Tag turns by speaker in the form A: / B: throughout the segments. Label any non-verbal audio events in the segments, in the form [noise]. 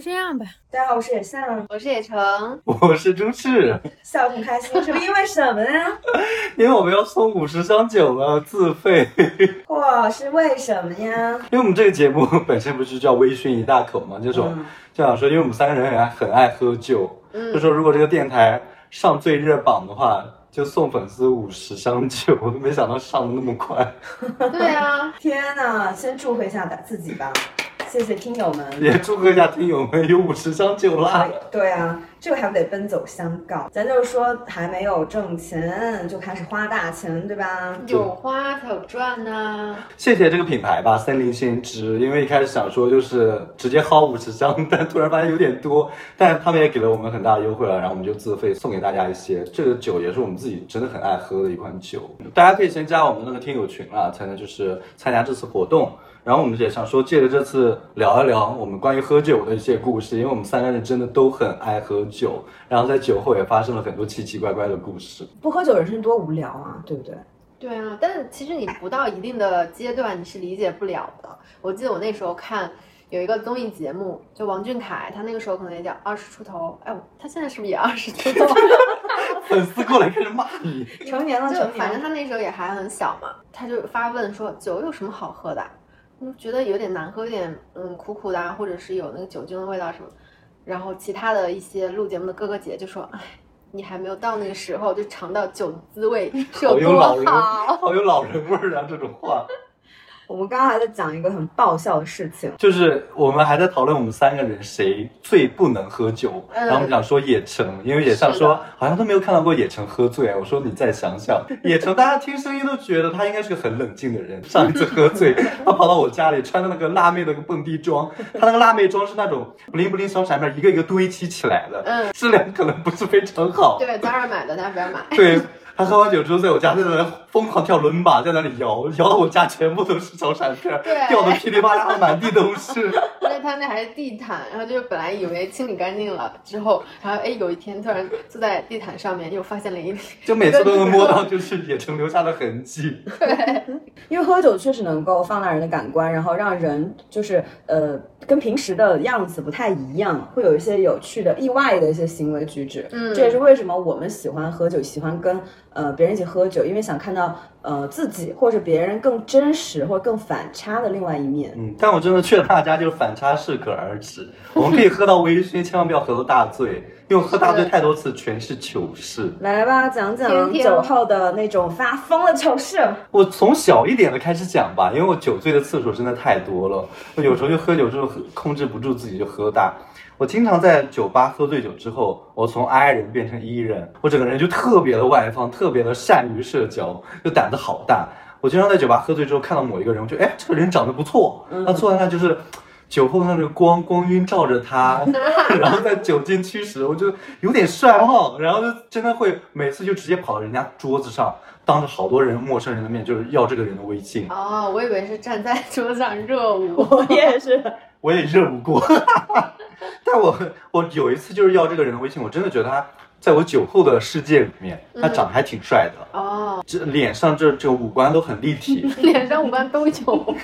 A: 这样吧。
B: 大家好，我是野象，
C: 我是野城，
D: 我是朱赤， [laughs]
B: 笑得很开心，
C: [laughs]
B: 是不是因为什么呀？
D: 因为我们要送五十箱酒了，自费。 [laughs]
B: 哇，是为什么呀？
D: 因为我们这个节目本身不是叫微醺一大口嘛，这
B: 嗯
D: 种、就想说，因为我们三个人很爱很爱喝酒，就说如果这个电台上最热榜的话，就送粉丝五十箱酒。 [laughs] 我都没想到上的那么快，
C: [laughs] 对啊，
B: 天哪，先祝贺一下咱自己吧，谢谢听友们。
D: 也祝贺一下听友们有五十箱酒啦！
B: 对啊，这个还不得奔走相告？咱就是说还没有挣钱就开始花大钱，对吧？
C: 有花才有赚呐、
D: 谢谢这个品牌吧，森林先知，因为一开始想说就是直接薅五十箱，但突然发现有点多，但他们也给了我们很大的优惠了，然后我们就自费送给大家一些。这个酒也是我们自己真的很爱喝的一款酒，大家可以先加我们那个听友群啦，才能就是参加这次活动。然后我们也想说，借着这次聊一聊我们关于喝酒的一些故事，因为我们三个人真的都很爱喝酒，然后在酒后也发生了很多奇奇怪怪的故事。
B: 不喝酒人生多无聊啊，对不对？
C: 对啊，但其实你不到一定的阶段，你是理解不了的。我记得我那时候看有一个综艺节目，就王俊凯，他那个时候可能也叫二十出头，哎，我他现在是不是也二十出头？
D: 粉丝过来开始骂你，
B: 成年了，
C: 就
B: 成
C: 反
B: 年
C: 正
B: 了。
C: 他那时候也还很小嘛，他就发问说酒有什么好喝的啊？嗯，觉得有点难喝，有点嗯苦苦的啊，或者是有那个酒精的味道什么。然后其他的一些录节目的哥哥姐就说，哎，你还没有到那个时候，就尝到酒的滋
D: [laughs]
C: 味是
D: 好有
C: 多
D: 老人，
C: 好。
D: 好有老人味儿啊！这种话，
B: 我们刚刚还在讲一个很爆笑的事情，
D: [laughs] 就是我们还在讨论我们三个人谁最不能喝酒，
C: 嗯
D: 然后我们想说野城，因为野上
C: 是
D: 说
C: 的
D: 好像都没有看到过野城喝醉，啊我说你再想 [laughs] 想，野城大家听声音都觉得他应该是个很冷静的人。上一次喝醉，他跑到我家里穿的那个辣妹的那个蹦迪装，他那个辣妹装是那种不灵不灵小闪片，一个一个堆砌起来的，
C: 嗯
D: 质量可能不是非常好。
C: 对，当然买的，大家不要买。 [laughs]
D: 对他喝完酒之后，在我家在那疯狂跳伦巴，在那里摇，摇到我家全部都是小闪片儿，
C: 对
D: 掉的噼里啪啦，满地都是。
C: 那他那还是地毯，然后就是本来以为清理干净了之后，然后哎有一天突然坐在地毯上面又发现了一
D: 就每次都能摸到，就是野城留下的痕迹。
B: 因为喝酒确实能够放大人的感官，然后让人就是呃跟平时的样子不太一样，会有一些有趣的、意外的一些行为举止。
C: 嗯
B: 这也是为什么我们喜欢喝酒，喜欢跟呃别人一起喝酒，因为想看到呃自己或者别人更真实或者更反差的另外一面。
D: 嗯，但我真的劝大家，就是反差适可而止。我们可以喝到微醺，千万不要喝到大醉，因为喝大醉太多次全是糗事。
B: 来吧，讲讲
C: 听听
B: 酒后的那种发疯的糗事。
D: 我从小一点的开始讲吧，因为我酒醉的次数真的太多了，我有时候就喝酒之后控制不住自己就喝大。我经常在酒吧喝醉酒之后，我从 I 人变成 E 人，我整个人就特别的外放，特别的善于社交，就胆子好大。我经常在酒吧喝醉之后看到某一个人，我就哎这个人长得不错，他坐在那就是。酒后的那个光光晕照着他，然后在酒精驱使，我就有点帅望，然后就真的会每次就直接跑到人家桌子上，当着好多人陌生人的面，就是要这个人的微信。
C: 哦，我以为是站在桌子上热舞。
B: 我也是， [laughs]
D: 我也热舞过， [laughs] 但我我有一次就是要这个人的微信，我真的觉得他在我酒后的世界里面，
C: 嗯
D: 他长得还挺帅的，
C: 哦，
D: 这脸上这这五官都很立体，
B: [laughs]
C: 脸上五官都有。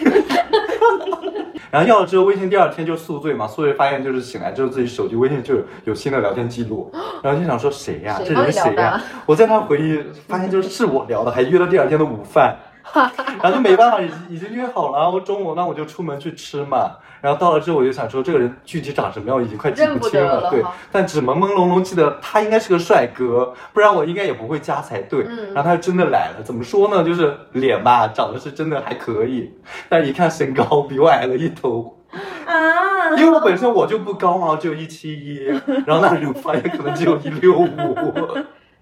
D: 然后要了之后，微信第二天就宿醉嘛，宿醉发现就是醒来之后自己手机微信就有有新的聊天
C: [gasps]
D: 记录，然后就想说谁呀、
C: 谁
D: 这人是
C: 帮
D: 谁呀、
C: 你聊的
D: 我在他回忆发现就是是我聊的，还约了第二天的
C: [laughs]
D: 午饭，然后就没办法，已经已经约好了，我中午那我就出门去吃嘛，然后到了之后我就想说这个人具体长什么样已经快记
C: 认不
D: 清
C: 得
D: 了，
C: 了
D: 对
C: 哈，
D: 但只朦朦胧胧记得他应该是个帅哥，不然我应该也不会加才对，
C: 嗯
D: 然后他就真的来了，怎么说呢，就是脸吧长得是真的还可以，但是一看身高比我矮了一头。
B: 啊，
D: 因为我本身我就不高嘛，啊我只有一七一，
C: [laughs]
D: 然后那时候发现可能只有一六五。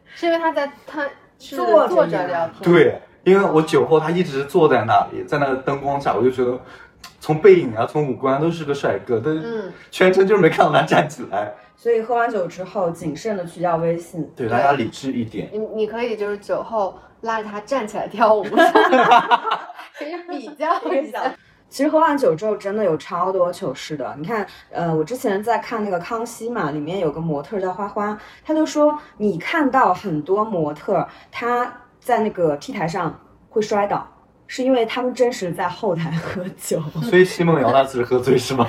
C: [laughs] 是因为他在他是
B: 坐着
C: 坐
B: 呢
C: 着聊天。，
D: 对，因为我酒后他一直坐在那里，在那个灯光下，我就觉得从背影啊，从五官都是个帅哥，但是
C: 嗯，
D: 全程就是没看到他站起来。
B: 所以喝完酒之后，谨慎的去要微信。
D: 对，大家理智一点。
C: 你你可以就是酒后拉着他站起来跳
B: [laughs]
C: 舞，可以比较一下。
B: 其实喝完酒之后，真的有超多糗事的。你看，呃，我之前在看那个《康熙》嘛，里面有个模特叫花花，她就说你看到很多模特，她在那个 T 台上会摔倒。是因为他们真实在后台喝酒。
C: 嗯
D: 所以奚梦瑶那次是喝醉是吗？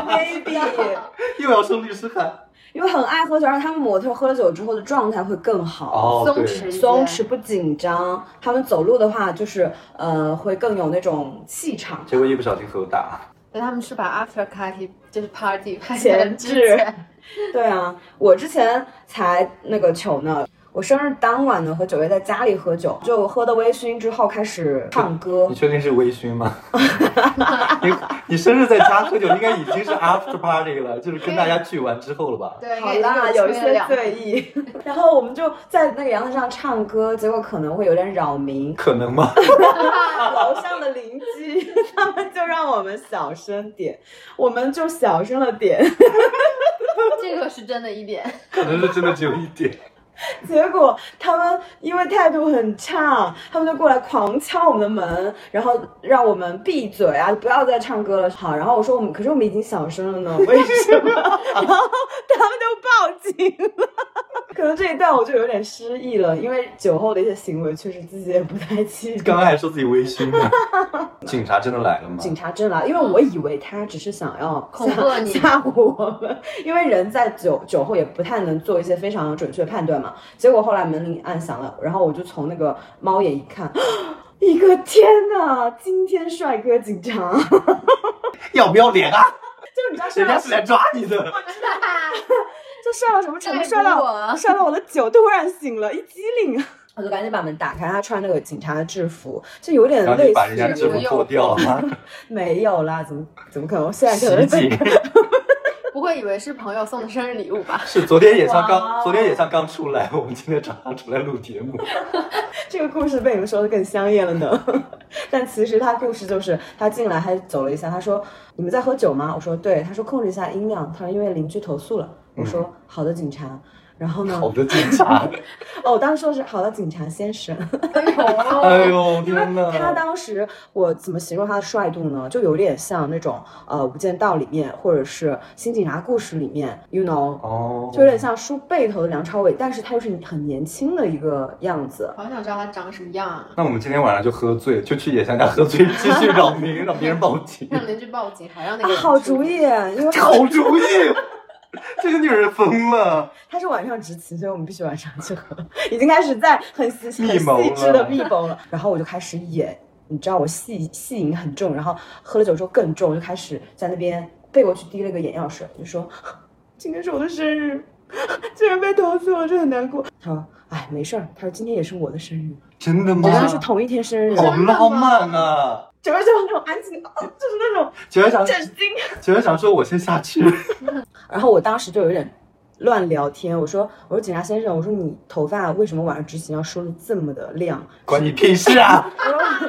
B: maybe，
D: [laughs] 又要生律师函
B: [laughs] 因为很爱喝酒，然后他们模特喝了酒之后的状态会更好，
D: 哦，
C: 松
D: 对，
C: 弛一些
B: 松弛不紧张。他们走路的话，就是呃会更有那种气场。
D: 结果一不小心喝大。
C: 对，他们是把 after party 就是 party 拍
B: 前
C: 之
B: 置
C: 前
B: [laughs] 对啊，我之前才那个糗呢。我生日当晚呢，和九月在家里喝酒，就喝的微醺之后开始唱歌
D: 你。确定是微醺吗？ [laughs] 你你生日在家喝酒，应该已经是 after party 了，就是跟大家聚完之后了吧？。
C: 对，
B: 好
C: 应
B: 啦，
C: 该
B: 有
C: 有
B: 一些醉意。 [laughs] 然后我们就在那个阳台上唱歌，结果可能会有点扰民 [laughs]
D: 可能吗？ [laughs]
B: 楼上的邻居 [laughs] 他们就让我们小声点，我们就小声了点。
C: 这个是真的一点。
B: [laughs]
D: 可能是真的只有一点。 [laughs]
B: 结果他们因为态度很差，他们就过来狂敲我们的门，然后让我们闭嘴啊，不要再唱歌了。好，然后我说我们，可是我们已经小声了呢，为什么？然后他们就报警了。 [laughs] 可能这一段我就有点失忆了，因为酒后的一些行为确实自己也不太记得。
D: 刚刚还说自己微醺呢。 [laughs] 警察真的来了吗？
B: 警察真来，因为我以为他只是想要
C: 恐吓你
B: 嗯吓唬我们， [laughs] 因为人在酒酒后也不太能做一些非常准确的判断嘛。结果后来门铃按响了，然后我就从那个猫眼一看， [gasps] 一个天呐，今天帅哥警察， [laughs] 就
D: 要不要脸啊？
B: 你知道帅
D: 人
B: 到
D: 家是来抓你的。
B: 就帅到什么程度？
C: 逮
B: 帅
C: 捕
B: 到
C: 我
B: 帅到我的酒突然醒了，一激灵， [laughs] 我就赶紧把门打开，他穿那个警察的制服，就有点
D: 然后
B: 类
D: 你把人家
B: 似
D: 制服脱掉 [laughs] 了，
B: 没有啦，怎么怎么可能？我现在可
D: 袭
B: 能
D: 警。
C: 不会以为是朋友送的生日礼物吧？
D: 是昨天野仓
B: 哇
D: 刚，昨天野仓刚出来，我们今天找他出来录节目。
B: 这个故事被你们说的更香艳了呢。 [laughs] 但其实他故事就是他进来还走了一下，他说：“你们在喝酒吗？”我说：“对。”他说：“控制一下音量。”他说：“因为邻居投诉了。”我说：“好的，警察。”然后呢
D: 嗯好？的警察，
B: 哦，我当时说是“好的，警察先生”。
C: 哎呦，
D: 哎呦
B: 因为
D: 天
B: 他
D: 哪！
B: 当时我怎么形容他的帅度呢？就有点像那种呃《无间道》里面，或者是《新警察故事》里面，you know，
D: 哦，
B: 就有点像梳背头的梁朝伟，但是他又是很年轻的一个样子。
C: 好想知道他长什么样啊！
D: 那我们今天晚上就喝醉，就去野香家
B: [laughs]
D: 喝醉，继续扰民，让别人报警。
C: 让邻居报警，还让那
B: 啊
C: 个，
B: 好主意！，因为
C: [laughs]
D: 好主意，这个女人疯了，
B: 他是晚上执勤，所以我们必须晚上去喝，已经开始在很细
D: 密
B: 很
D: 谋了
B: 细致的密谋了。然后我就开始演，你知道我戏戏瘾很重，然后喝了酒之后更重，我就开始在那边背过去滴了个眼药水，就说 [laughs] 今天是我的生日， [laughs] 竟然被投诉了，这很难过。他说哎没事儿，他说今天也是我的生日，
D: 真的
B: 我
D: 吗
B: 们？是同一天生日，
D: 好浪漫啊！
B: 整个就是那种安静，哦就是那种
D: 九月想，
B: 震惊。
D: 九月想说，我先下去。
B: [laughs] 然后我当时就有点乱聊天，我说我说警察先生，我说你头发为什么晚上执勤要梳的这么的亮？
D: 关你屁事啊！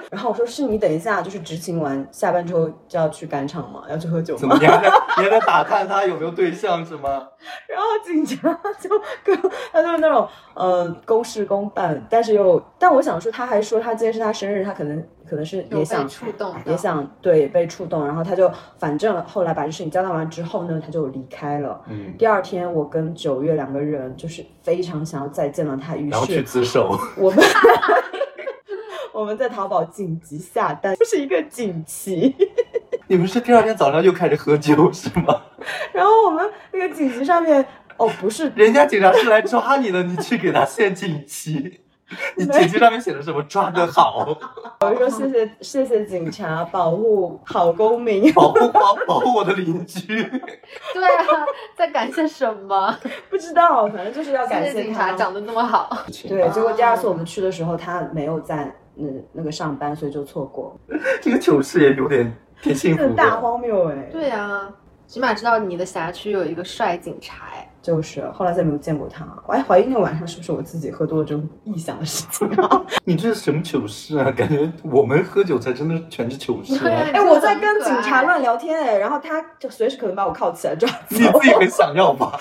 B: 然后我说是你等一下就是执勤完下班之后就要去赶场吗？要去喝酒
D: 怎
B: 吗
D: 么？你还在你还在打探他有没有对象是吗？
B: 然后警察就跟他就是那种呃公事公办，但是又但我想说他还说他今天是他生日，他可能可能是
C: 有
B: 也
C: 被
B: 想
C: 触动到
B: 也想对被触动，然后他就反正后来把这事情交代完之后呢，他就离开了。
D: 嗯，
B: 第二天，我跟九月两个人就是非常想要再见到他，于
D: 然后去
B: 是
D: 自首。
B: 我
D: [laughs]
B: 们我们在淘宝紧急下单，就是一个锦旗。
D: 你们是第二天早上又开始喝酒是吗？
B: 然后我们那个锦旗上面，哦，不是，
D: 人家警察是来抓你的，你去给他献锦旗。你锦旗上面写的什么？抓得好，
B: 我哦说谢谢谢谢警察保护好公民， [laughs]
D: 保护我，保护我的邻居。
C: 对啊，在感谢什么？
B: 不知道，反正就是要感
C: 谢谢警察
B: 他。
C: 长得这么好，
B: 对，
D: 啊
B: 结果第二次我们去的时候，他没有在那那个上班，所以就错过，
D: 这个糗事也有点挺幸
B: 这
D: 福
B: 大
D: 的。
B: 荒谬哎！，
C: 对啊，起码知道你的辖区有一个帅警察哎。
B: 就是后来再没有见过他，我还怀疑那个晚上是不是我自己喝多了这种臆想的事情啊。
D: 你这是什么糗事啊？感觉我们喝酒才真的全是糗事、
C: 对
D: 啊
C: 啊。
B: 哎，我在跟警察乱聊天哎，然后他就随时可能把我铐起来抓
D: 你
B: 走。
D: 自己很想要吧？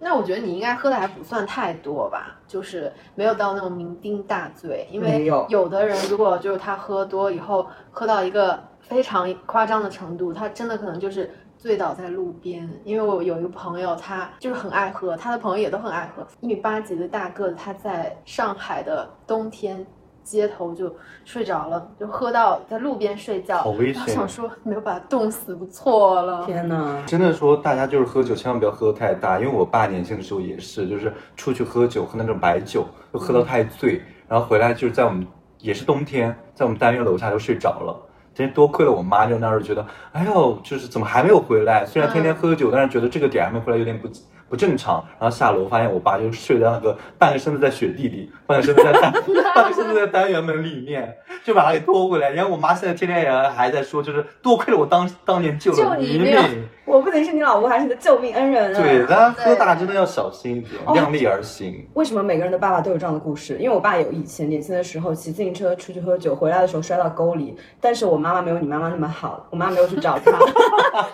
C: 那我觉得你应该喝的还不算太多吧，就是没有到那种酩酊大醉，因为
B: 没有
C: 有的人如果就是他喝多以后，喝到一个非常夸张的程度，他真的可能就是醉倒在路边。因为我有一个朋友，他就是很爱喝，他的朋友也都很爱喝，一米八几的大个子，他在上海的冬天街头就睡着了，就喝到在路边睡觉。
D: 好危
C: 然后
D: 险啊
C: 想说没有把他冻死，不错了。
B: 天哪！
D: 真的说，大家就是喝酒千万不要喝太大，因为我爸年轻的时候也是，就是出去喝酒，喝那种白酒，就喝到太醉，然后回来就是在我们也是冬天，在我们单元楼下就睡着了。真是多亏了我妈，就那时候觉得，哎呦，就是怎么还没有回来？虽然天天喝酒，但是觉得这个点还没回来有点不不正常。然后下楼发现我爸就睡在那个半个身子在雪地里， [laughs] 半个身子在单半个身子在单元门里面，就把他给拖回来。然后我妈现在天天也还在说，就是多亏了我当当年救
C: 救
D: 了
C: 你
D: 你一
C: 一命
D: 命。
B: 我不仅是你老婆，还是你的救命恩人啊！
D: 对，哦大家喝大真的要小心一点，量力而行。
B: 为什么每个人的爸爸都有这样的故事？因为我爸有以前年轻的时候骑自行车出去喝酒，回来的时候摔到沟里。但是我妈妈没有你妈妈那么好，我妈没有去找他。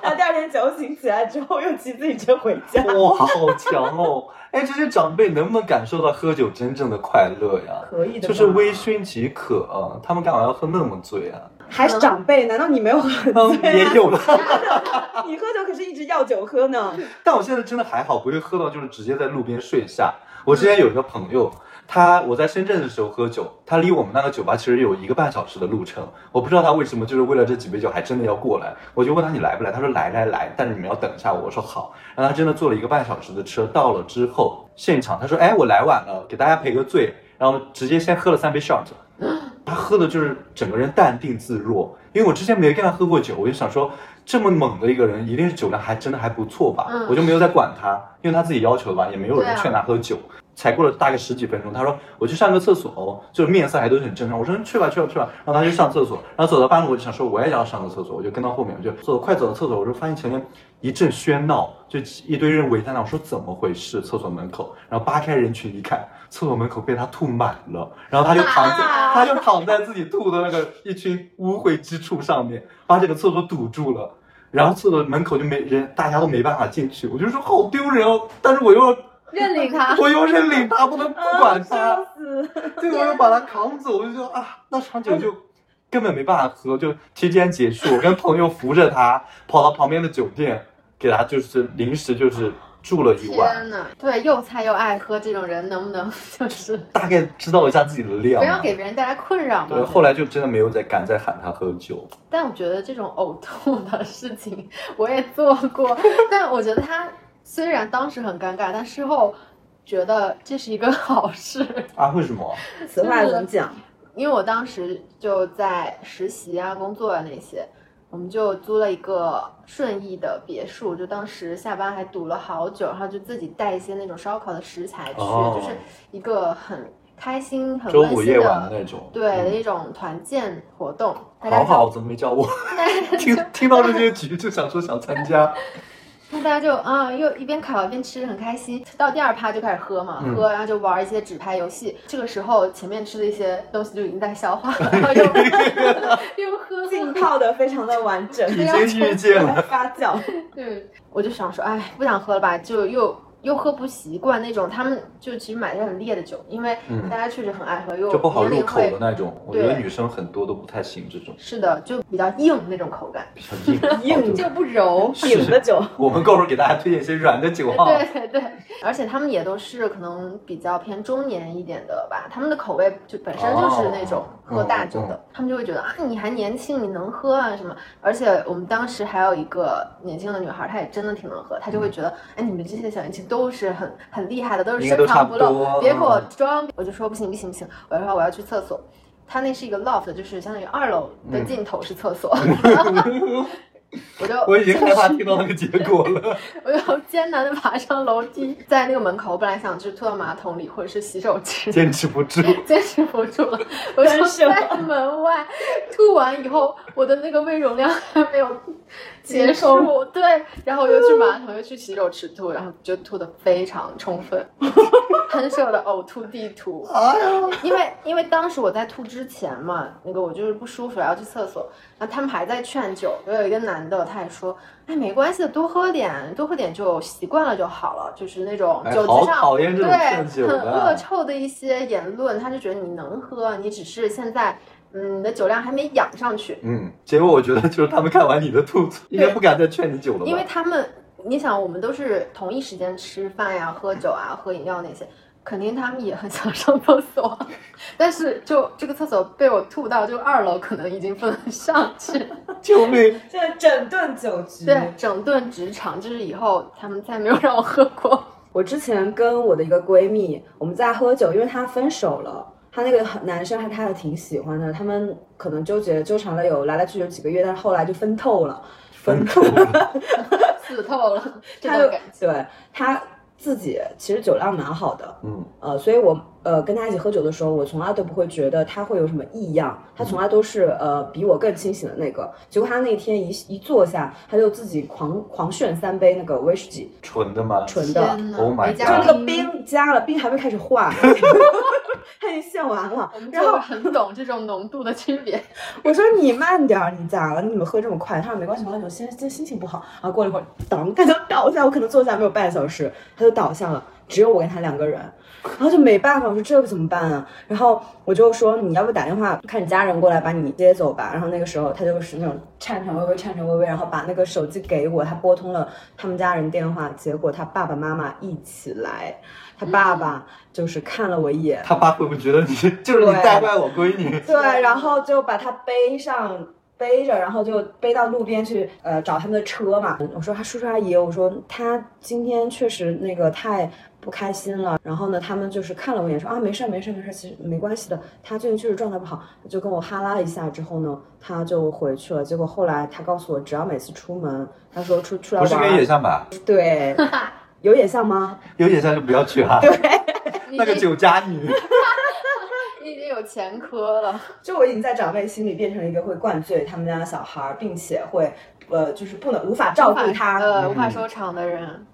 B: 他第二天酒醒起来之后，又骑自行车回家。
D: 哇，好强哦！ [laughs] 哎，这些长辈能不能感受到喝酒真正的快乐呀？
B: 可以的吧
D: 就是微醺即可啊，他们干嘛要喝那么醉啊？ [laughs]
B: 还哎是长辈？难道你没有喝
D: 嗯，
B: 醉
D: 也
B: 啊？
D: 有 [laughs] 了，
B: 你喝酒可是一直要酒喝呢。
D: 但我现在真的还好，不会喝到就是直接在路边睡下。我之前有一个朋友，他我在深圳的时候喝酒，他离我们那个酒吧其实有一个半小时的路程。我不知道他为什么就是为了这几杯酒还真的要过来。我就问他你来不来，他说来来来，但是你们要等一下我。我说好。然后他真的坐了一个半小时的车，到了之后现场他说哎我来晚了，给大家赔个罪，然后直接先喝了三杯 shot。他喝的就是整个人淡定自若，因为我之前没跟他喝过酒，我就想说这么猛的一个人，一定是酒量还真的还不错吧，
C: 嗯
D: 我就没有再管他，因为他自己要求的吧，也没有
C: 对
D: 人
C: 啊
D: 劝他喝酒。才过了大概十几分钟，他说我去上个厕所哦，就是面色还都是很正常。我说去吧去吧去吧，然后他就上厕所，然后走到半路我就想说我也要上个厕所，我就跟到后面，我就走快走到厕所，我就发现前面一阵喧闹，就一堆人围在那，我说怎么回事？厕所门口，然后扒开人群一看，厕所门口被他吐满了，然后他就躺在、
C: 啊
D: 他就躺在自己吐的那个一群污秽之处上面，把整个厕所堵住了。然后厕所门口就没人，大家都没办法进去。我就说好丢人哦，但是我又
C: 认领他，
D: [laughs] 我又认领他，不能不管
C: [laughs]
D: 他。
B: 笑死！
D: 对，我又把他扛走，我就说啊，那场酒就根本没办法喝，就提前结束。我跟朋友扶着他 [laughs] 跑到旁边的酒店，给他就是临时就是住了一晚，
C: 天哪！对，又菜又爱喝这种人，能不能 [laughs] 就是
D: 大概知道了一下自己的量。
C: 不要给别人带来困扰嘛？
D: 对，后来就真的没有再敢再喊他喝酒。
C: 但我觉得这种呕吐的事情我也做过， [laughs] 但我觉得他虽然当时很尴尬，但事后觉得这是一个好事，
D: 啊，为什么？
B: 此话怎讲？
C: 因为我当时就在实习啊、工作啊那些，我们就租了一个顺义的别墅，就当时下班还堵了好久，然后就自己带一些那种烧烤的食材去，
D: 哦
C: 就是一个很开心、很
D: 周
C: 温
D: 五
C: 馨
D: 夜晚的
C: 的。
D: 那种。
C: 对的一种团建活动，大
D: 嗯。
C: 家
D: 好
C: 就
D: 好，怎么
C: [laughs]
D: 没叫我？听听到这些局就想说想参
C: [laughs]
D: 加，
C: 那大家就啊，又一边烤一边吃，很开心。到第二趴就开始喝嘛，
D: 嗯
C: 喝，然后就玩一些纸牌游戏。这个时候，前面吃的一些东西就已经在消化
D: [laughs]
C: 了，然后又 [laughs] 又喝
B: 浸泡的非常的完整，
D: 已经遇见了。
B: 发酵。
C: 对，我就想说，哎，不想喝了吧，就又又喝不习惯那种。他们就其实买的很烈的酒，因为
D: 嗯
C: 大家确实很爱喝，又
D: 就不好
C: 年
D: 入
C: 龄
D: 口
C: 会
D: 的那种，我觉得
C: 对
D: 女生很多都不太行这种，
C: 是的，就比较硬那种口感，
D: 比较硬。
B: 硬
D: 好多
C: 就不
B: [laughs]
C: 柔。
D: 是
B: 醒的酒，
D: [laughs] 我们过会儿给大家推荐一些软的酒哈。
C: 对对，而且他们也都是可能比较偏中年一点的吧，他们的口味就本身就是那种喝大酒的，
D: 哦
C: 他们就会觉得啊你还年轻，你能喝啊什么。而且我们当时还有一个年轻的女孩，她也真的挺能喝，她就会觉得，哎，你们这些小年轻都是很很厉害的，都是
D: 嗯应该
C: 深
D: 都差
C: 藏
D: 不
C: 不
D: 多
C: 露，别给我
D: 嗯
C: 装。我就说不行不行不行，我要说我要去厕所。她那是一个 loft，就是相当于二楼的
D: 嗯
C: 尽头是厕
D: [laughs]
C: 所， [laughs] 我就
D: 我已经害怕听到那个结果了。
C: [laughs] 我又艰难的爬上楼梯，在那个门口，我本来想去吐到马桶里或者是洗手池，
D: 坚持不住，
C: 坚持不住了，我
B: 但
C: 就是在门外吐完以后，我的那个胃容量还没有结束，对，然后我又去马桶，又去洗手池吐，然后就吐的非常充 [laughs] 分，喷射的呕吐地图。
D: 哎呀，
C: 因为因为当时我在吐之前嘛，那个我就是不舒服，然后去厕所，然后他们还在劝酒。我有一个男的，他也说，哎，没关系的，多喝点，多喝点就习惯了就好了，就是那种
D: 哎
C: 酒
D: 好
C: 局上、
D: 讨厌这种劝酒
C: 对很
D: 的
C: 恶臭的一些言论，他就觉得你能喝，你只是现在嗯你的酒量还没养上去，
D: 嗯，结果我觉得就是他们看完你的兔子，应该不敢再劝你酒了吧？
C: 因为他们，你想，我们都是同一时间吃饭呀、喝酒啊、喝饮料那些，肯定他们也很想上厕所，但是就这个厕所被我吐到，就二楼可能已经不能上去。
D: 救命！
B: 现在整顿酒局。
C: 对，整顿职场，就是以后他们再没有让我喝过。 [laughs]
B: 我之前跟我的一个闺蜜，我们在喝酒，因为她分手了，她那个男生还她还挺喜欢的，他们可能纠结纠缠了有来来去去几个月，但是后来就分透了，分透了，
C: 死透了，这
B: [laughs] 她
C: 种
B: 就
C: 感觉。
B: 对她自己其实酒量蛮好的，
D: 嗯，
B: 呃，所以我呃跟他一起喝酒的时候，我从来都不会觉得他会有什么异样，他从来都是呃比我更清醒的那个。结果他那天一一坐下，他就自己狂狂炫三杯那个威士忌，
D: 纯的吗？
B: 纯的
C: 天呐
D: Oh my
C: 没
D: god
B: 就
C: 加
B: 那个
C: 冰
B: 冰加了冰还没开始化， [laughs] 他已经献完了
C: 我们。
B: 然
C: 就
B: 后
C: 很懂这种浓度的区别。
B: 我说你慢点儿，你咋了？你怎么喝这么快？他说没关系，没关系，我现在今天心情不好。然后过了一会儿，当他就倒下，我可能坐下没有半小时，他就倒下了，只有我跟他两个人，然后就没办法，我说这个怎么办啊？然后我就说你要不打电话看你家人过来把你接走吧。然后那个时候他就是那种颤颤巍巍、颤颤巍巍，然后把那个手机给我，他拨通了他们家人电话，结果他爸爸妈妈一起来，他爸爸就是看了我一眼，
D: 他爸会不会觉得你 [laughs] 就是你带坏我闺女？
B: 对，然后就把他背上。背着，然后就背到路边去，呃，找他们的车嘛。我说他叔叔阿姨，我说他今天确实那个太不开心了。然后呢，他们就是看了我一眼，说啊，没事儿，没事儿，没事儿，其实没关系的。他最近确实状态不好，就跟我哈拉一下之后呢，他就回去了。结果后来他告诉我，只要每次出门，他说出出来
D: 不是
B: 玩
D: 跟野
B: 儿，
D: 象吧？
B: 对，有点像吗？
D: 有野象就不要去哈、
C: 你
D: 那个
C: 已经
D: 酒家女，
C: 你已经有前科了，
B: 就我已经在长辈心里变成了一个会灌醉他们家的小孩儿，并且会呃，就是不能无法照顾
C: 无法
B: 他。
C: 呃，
D: 嗯
C: 无法收场的人。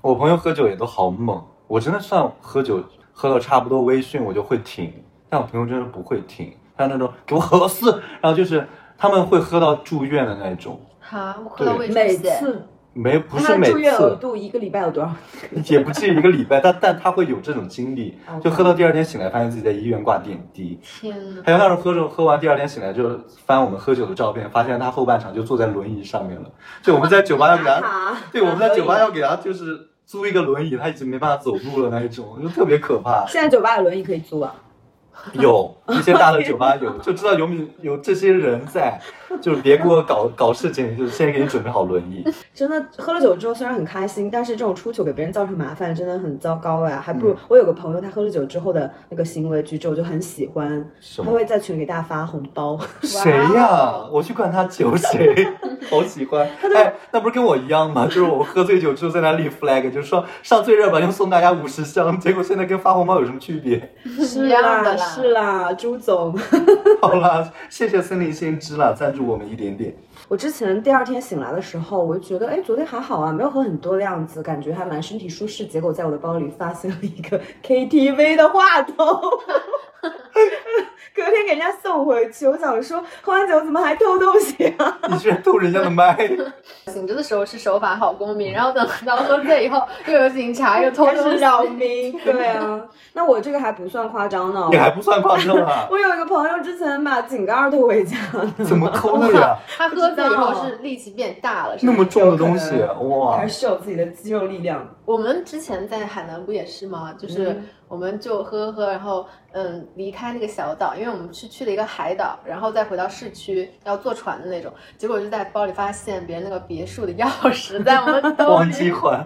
D: 我朋友喝酒也都好猛，我真的算喝酒喝到差不多微醺我就会停，但我朋友真的不会停，他那种给我喝死，然后就是他们会喝到住院的那种，
C: 哈，我喝到胃
D: 对
C: 出
B: 每
C: 血，
B: 次
D: 没不
B: 他
D: 是每
B: 住院额
D: 次，
B: 度一个礼拜有多少？
D: 也不至于一个礼拜，但但他会有这种经历，就喝到第二天醒来发现自己在医院挂点滴，
C: 天哪！
D: 还有那种喝着喝完第二天醒来就翻我们喝酒的照片，发现他后半场就坐在轮椅上面了，就我们在酒吧要给他。
B: 啊。
D: 对，我们在酒吧要给他就是租一个轮椅，他已经没办法走路了那一种，就特别可
B: [laughs]
D: 怕
B: 现在酒吧有轮椅可以租啊。
D: 有一些大的酒吧有，就知道有米有这些人在，就是别给我搞搞事情，就是先给你准备好轮椅。
B: 真的喝了酒之后虽然很开心，但是这种出糗给别人造成麻烦真的很糟糕呀、还不
D: 嗯
B: 如、我有个朋友，他喝了酒之后的那个行为举止，我就很喜欢，
D: 什
B: 他
D: 么？
B: 会在群里给大家发红包。
D: 谁呀、我去灌他酒谁？好喜欢。哎，那不是跟我一样吗？就是我喝醉酒之后在那立 flag，就是说上最热榜就送大家五十箱，结果现在跟发红包有什么区别？
C: 是
B: 是
C: 一样的
B: 啦，
C: 啦
B: [laughs] 是啦，朱总。
D: 好啦，谢谢森林先知啦，赞助我们一点点。
B: 我之前第二天醒来的时候，我就觉得，哎，昨天还好啊，没有喝很多的样子，感觉还蛮身体舒适。结果在我的包里发现了一个 [laughs] KTV 的话筒， [laughs] 隔天给人家送回去。我想说，喝完酒怎么还偷东西啊？
D: 你居然动人家的麦。
C: 醒着的时候是守法好公民，然后等到喝醉以后，又有警察又偷
B: 开
C: 东
B: 始
C: 西。
B: 扰民。对
C: [laughs]
B: 啊，那我这个还不算夸张呢
D: 你。还不算夸张啊？
B: 我有一个朋友之前把井盖儿偷回家呢，
D: [laughs] 怎
B: [laughs]
D: 么抠的呀？
C: 他喝醉以后是力气变大了，是
D: 啊那
C: 吧
D: 么重的东西
B: 有，
D: 哇
B: 还！是有自己的肌肉力量。
C: 我们之前在海南不也是吗？就是
B: 嗯
C: 我们就喝喝喝，然后嗯离开那个小岛，因为我们是去了一个海岛，然后再回到市区要坐船的那种。结果就在包里发现别人那个别墅的钥匙在我们兜
D: 忘记
C: 里，
D: [laughs] 还，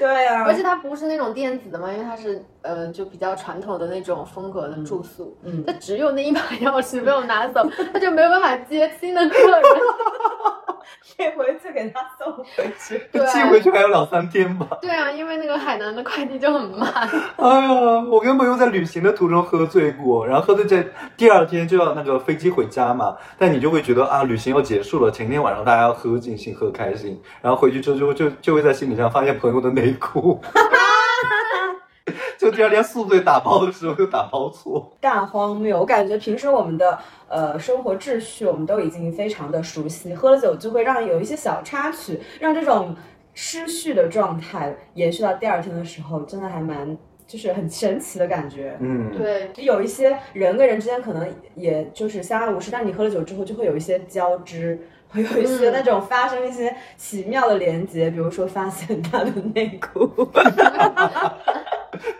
B: 对啊，
C: 而且它不是那种电子的嘛，因为它是嗯就比较传统的那种风格的住宿，
B: 嗯
C: 它只有那一把钥匙被我拿走，它就没有办法接新的客人。 [laughs]
B: 退回去给他送回去。
C: 对
D: 寄回去还有两三天吧。
C: 对啊，因为那个海南的快递就很慢。
D: 哎呀，我跟朋友在旅行的途中喝醉过，然后喝醉在第二天就要那个飞机回家嘛。但你就会觉得啊，旅行要结束了，前天晚上大家要喝尽兴、喝开心，然后回去之后就就就会在行李箱发现朋友的内裤。 [laughs] 就第二天宿醉打包的时候又打包错，
B: 大荒谬！我感觉平时我们的呃生活秩序，我们都已经非常的熟悉，喝了酒就会让有一些小插曲，让这种失序的状态延续到第二天的时候，真的还蛮就是很神奇的感觉。
D: 嗯，
C: 对，
B: 有一些人跟人之间可能也就是相安无事，但你喝了酒之后就会有一些交织，会有一些
C: 嗯
B: 那种发生一些奇妙的连接，比如说发现他的内裤。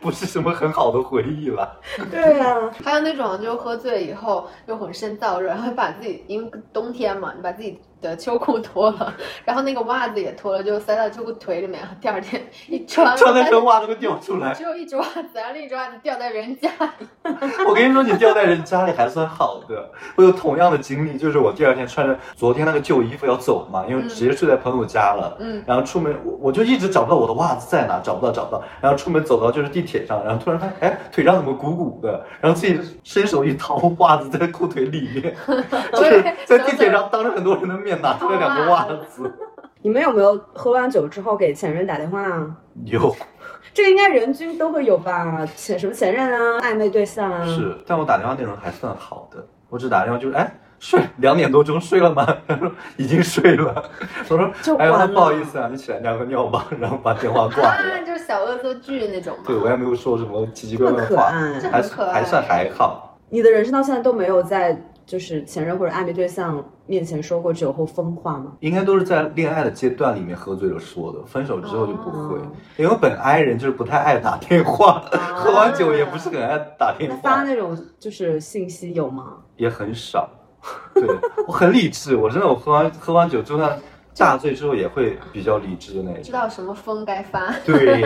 D: 不是什么很好的回忆了。
B: 对啊，
C: 还有那种就喝醉以后又浑身燥热，然后把自己因为冬天嘛，你把自己的秋裤脱了，然后那个袜子也脱了，就塞到秋裤腿里面，第二
D: [laughs]
C: 天一
B: 啊
C: 穿，
D: 穿的
C: 发
D: 真袜都给掉出来
C: 现。只有一只袜子，然后另一只袜子掉在人
D: [laughs]
C: 家
D: 我跟你说，你掉在人家里还算好的。我有同样的经历，就是我第二天穿着昨天那个旧衣服要走嘛，因为直接睡在朋友家了。
C: 嗯
D: 然后出门，我我就一直找不到我的袜子在哪，找不到，找不到。然后出门走到就是地铁上，然后突然发现，哎，腿上怎么鼓鼓的？然后自己伸手一掏，袜子在裤腿里面， [laughs] 就是在地铁上当着很多人的面拿出了两个袜子。
B: 你们有没有喝完酒之后给前任打电话啊？
D: 有
B: 这个应该人均都会有吧？前什么前任啊，暧昧对象啊，
D: 是，但我打电话内容还算好的，我只打电话就是哎。睡两点多钟睡了吗？ [laughs] 他说已经睡了。我说
B: 就
D: 哎，
B: 完
D: 那
B: 了
D: 不好意思啊，你起来尿个尿吧，然后把电话挂
C: 啊，
D: 了。
C: 就是小恶作剧那种嘛。
D: 对，我也没有说什么奇奇
B: 这
D: 怪
B: 么
D: 怪
B: 可
D: 的话，
B: 爱。啊
C: 这
D: 还
C: 很可爱
D: 还算还好。
B: 你的人生到现在都没有在就是前任或者暧昧对象面前说过酒后疯话吗？
D: 应该都是在恋爱的阶段里面喝醉了说的，分手之后就不会。
B: 哦啊
D: 因为我本 I 人就是不太爱打电话，喝完酒也不是很爱打电
B: 那发
D: 话，
B: 那种就是信息有吗？
D: 也很少。 [laughs] 对，我很理智，我真的我喝完喝完酒，就算大醉之后也会比较理智的那种
C: 知。道什么风该发， [laughs]
B: [laughs]
D: 对，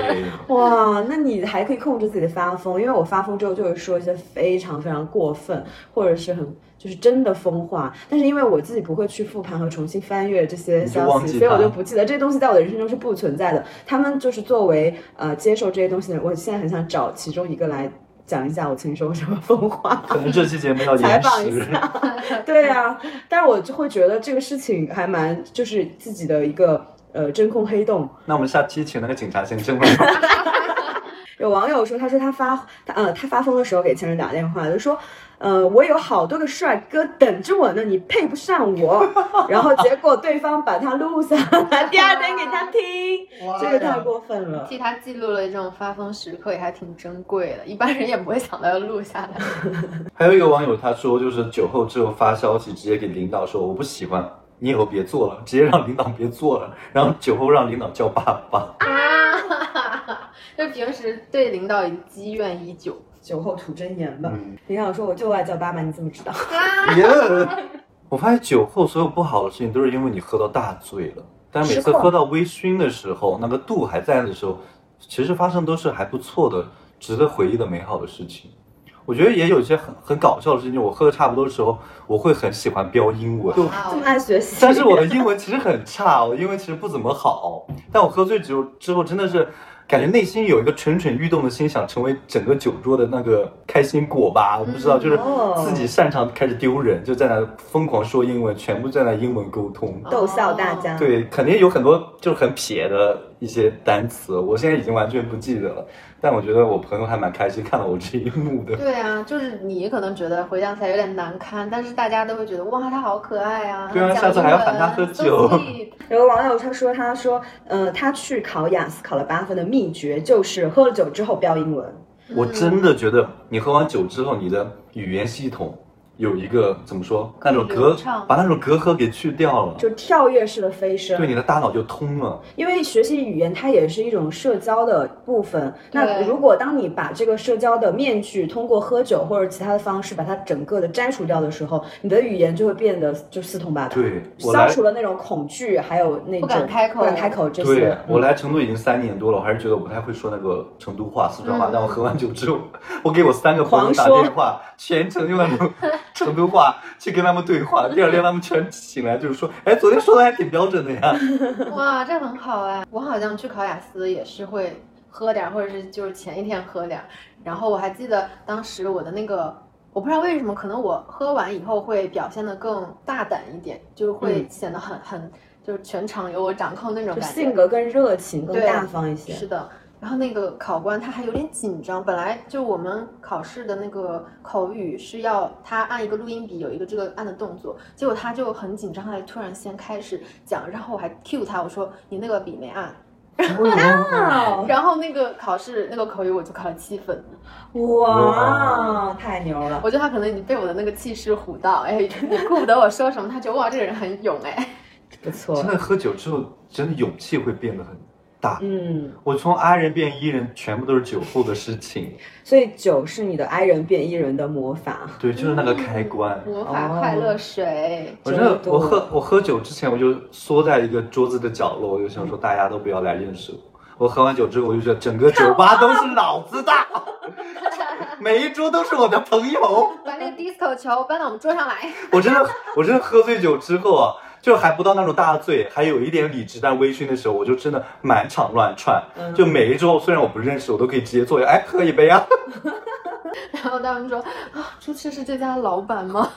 B: 哇，那你还可以控制自己的发疯，因为我发疯之后就会说一些非常非常过分，或者是很就是真的疯话。但是因为我自己不会去复盘和重新翻阅这些
D: 你就
B: 消
D: 忘
B: 息，
D: 记
B: 所以我
D: 它
B: 就不记得这些东西在我的人生中是不存在的。他们就是作为呃接受这些东西的人，我现在很想找其中一个来讲一下我曾经说过什么疯话。 [laughs]
D: 可能这期节目要
B: 采
D: 延
B: 访一
D: 时。
B: 下，对啊，但是我就会觉得这个事情还蛮就是自己的一个呃真空黑洞，
D: [laughs] 那我们下期请那个警察先生来。
B: 有网友说，他说他发他呃他发疯的时候给前任打电话，就说，呃我有好多个帅哥等着我呢，你配不上我。 [laughs] 然后结果对方把他录下来，第二天给他听，这个太过分了。
C: 替他记录了这种发疯时刻，也还挺珍贵的。一般人也不会想到要录下来。
D: [laughs]
C: [laughs]
D: 还有一个网友他说，就是酒后之后发消息，直接给领导说我不喜欢，你以后别做了，直接让领导别做了，然后酒后让领导叫爸爸。
C: 啊，就平时对领导已积怨已久。
B: 酒后吐真言吧。
D: 嗯，
B: 领导说我就爱叫爸爸，你怎么知道？
D: 耶、我发现酒后所有不好的事情都是因为你喝到大醉了，但每
B: 失
D: 次
B: 控
D: 喝到微醺的时候，那个度还在的时候，其实发生都是还不错的、值得回忆的美好的事情。我觉得也有一些很很搞笑的事情，我喝的差不多的时候，我会很喜欢飙英文。
C: 哇
B: 这么
C: 哦，
B: 爱学习，
D: 但是我的英文其实很差，我英文其实不怎么好。但我喝醉酒之后，真的是感觉内心有一个蠢蠢欲动的心，想成为整个酒桌的那个开心果吧。我不知道，就是
B: 哦
D: 自己擅长开始丢人，就在那疯狂说英文，全部在那英文沟通。
B: 逗笑大家。
D: 对，肯定有很多就是很撇的一些单词，我现在已经完全不记得了。但我觉得我朋友还蛮开心看到我这一幕的。
C: 对啊，就是你可能觉得回想起来有点难堪，但是大家都会觉得哇，他好可爱啊。
D: 对啊
C: 讲
D: 下次还要喊他
C: 英
D: 喝
C: 文
D: 酒
C: so sweet
B: 有个网友他说，他说，呃，他去考雅思考了八分的秘诀就是喝了酒之后飙英文。
D: 我真的觉得你喝完酒之后，你的语言系统有一个怎么说那种
C: 流
D: 隔
C: 畅，
D: 把那种隔阂给去掉了，
B: 就跳跃式的飞升，
D: 对你的大脑就通了。
B: 因为学习语言它也是一种社交的部分。那
C: 对
B: 如果当你把这个社交的面具通过喝酒或者其他的方式把它整个的摘除掉的时候，你的语言就会变得就四通八达，
D: 对我
B: 消
D: 来，
B: 除了那种恐惧，还有那种
C: 不敢开口
B: 不敢开口这
D: 对
B: 些。
D: 我来成都已经三年多了，我还是觉得我不太会说那个成都话、四川话。
C: 嗯
D: 但我喝完酒之后，我给我三个朋友打
B: 狂说
D: 电话，全程用那种
B: [laughs]
D: 成都话去跟他们对话。第二天他们全醒来就是说，哎，昨天说的还挺标准
B: [laughs]
D: 的呀。
C: [laughs] 哇，这很好哎。我好像去考雅思也是会喝点儿，或者是就是前一天喝点儿。然后我还记得当时我的那个，我不知道为什么，可能我喝完以后会表现得更大胆一点，就是会显得很、很就是全场由我掌控那种
B: 嗯就
C: 感觉。
B: 性格更热情、更
C: 对
B: 大方一些。
C: 是的，然后那个考官他还有点紧张，本来就我们考试的那个口语是要他按一个录音笔有一个这个按的动作，结果他就很紧张，他就突然先开始讲，然后我还 cue 他，我说你那个笔没按。
D: [laughs] 哇，
C: 然后那个考试那个口语我就考了七分，
B: 哇，太牛了！
C: 我觉得他可能已经被我的那个气势唬到，哎， [laughs] 你顾不得我说什么，他觉得哇这个人很勇哎，
B: 不错
D: 真，的喝酒之后，真的勇气会变得很大。
B: 嗯，
D: 我从 I 人变 E 人，全部都是酒后的事情。
B: 所以酒是你的 I 人变 E 人的魔法。
D: 对，就是那个开关。
C: 魔法快乐水，
D: 我真
B: 真
D: 的，
B: 的
D: 我喝我喝酒之前，我就缩在一个桌子的角落，我就想说大家都不要来认识我。我喝完酒之后，我就觉得整个酒吧都是老子的，每一桌都是我的朋友。
C: 把那个 disco 球搬到我们桌上来， [laughs]
D: 我真的，我真的喝醉酒之后啊，就还不到那种大醉，还有一点理智但微醺的时候，我就真的满场乱窜。
B: 嗯
D: 就每一桌，虽然我不认识，我都可以直接坐下，哎，喝一杯啊。
C: 然后他们说啊，朱雀是这家的老板吗？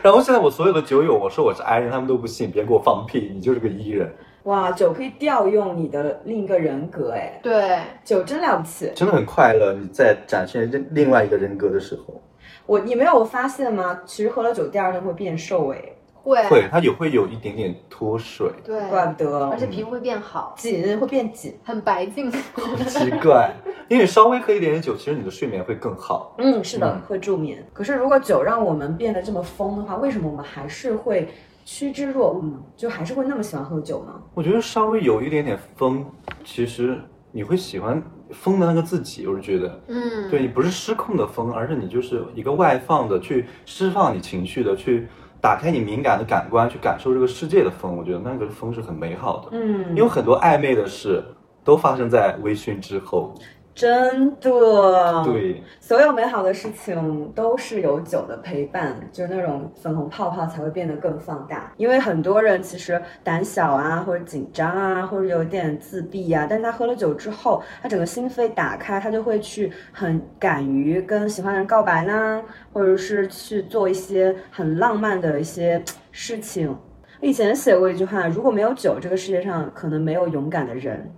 D: 然后现在我所有的酒友，我说我是 I 人，他们都不信，别给我放屁，你就是个 E 人，
B: 哇，酒可以调用你的另一个人格，哎，
C: 对，
B: 酒真了不起。
D: 真的很快乐。你在展现另另外一个人格的时候，
B: 我你没有发现吗？其实喝了酒第二天会变瘦，哎，
C: 会，
D: 会，他也会有一点点脱水，
C: 对，
B: 怪不得
C: 而且皮肤会变好，
B: 紧会变紧。
C: 很白净。 [laughs]
D: 奇怪，因为稍微喝一点点酒，其实你的睡眠会更好。
B: 嗯，是的
D: 嗯，
B: 会助眠。可是如果酒让我们变得这么疯的话，为什么我们还是会趋之若鹜？就还是会那么喜欢喝酒呢？
D: 我觉得稍微有一点点疯，其实你会喜欢疯的那个自己，我是觉得。
C: 嗯，
D: 对你不是失控的疯，而是你就是一个外放的，去释放你情绪的，去打开你敏感的感官，去感受这个世界的风。我觉得那个风是很美好的，
B: 嗯
D: 因为很多暧昧的事都发生在微醺之后。
B: 真的，，
D: 对，
B: 所有美好的事情都是有酒的陪伴，就是那种粉红泡泡才会变得更放大。因为很多人其实胆小啊，或者紧张啊，或者有点自闭啊，但是他喝了酒之后，他整个心扉打开，他就会去很敢于跟喜欢的人告白啦，或者是去做一些很浪漫的一些嘖事情。以前写过一句话，如果没有酒，这个世界上可能没有勇敢的人。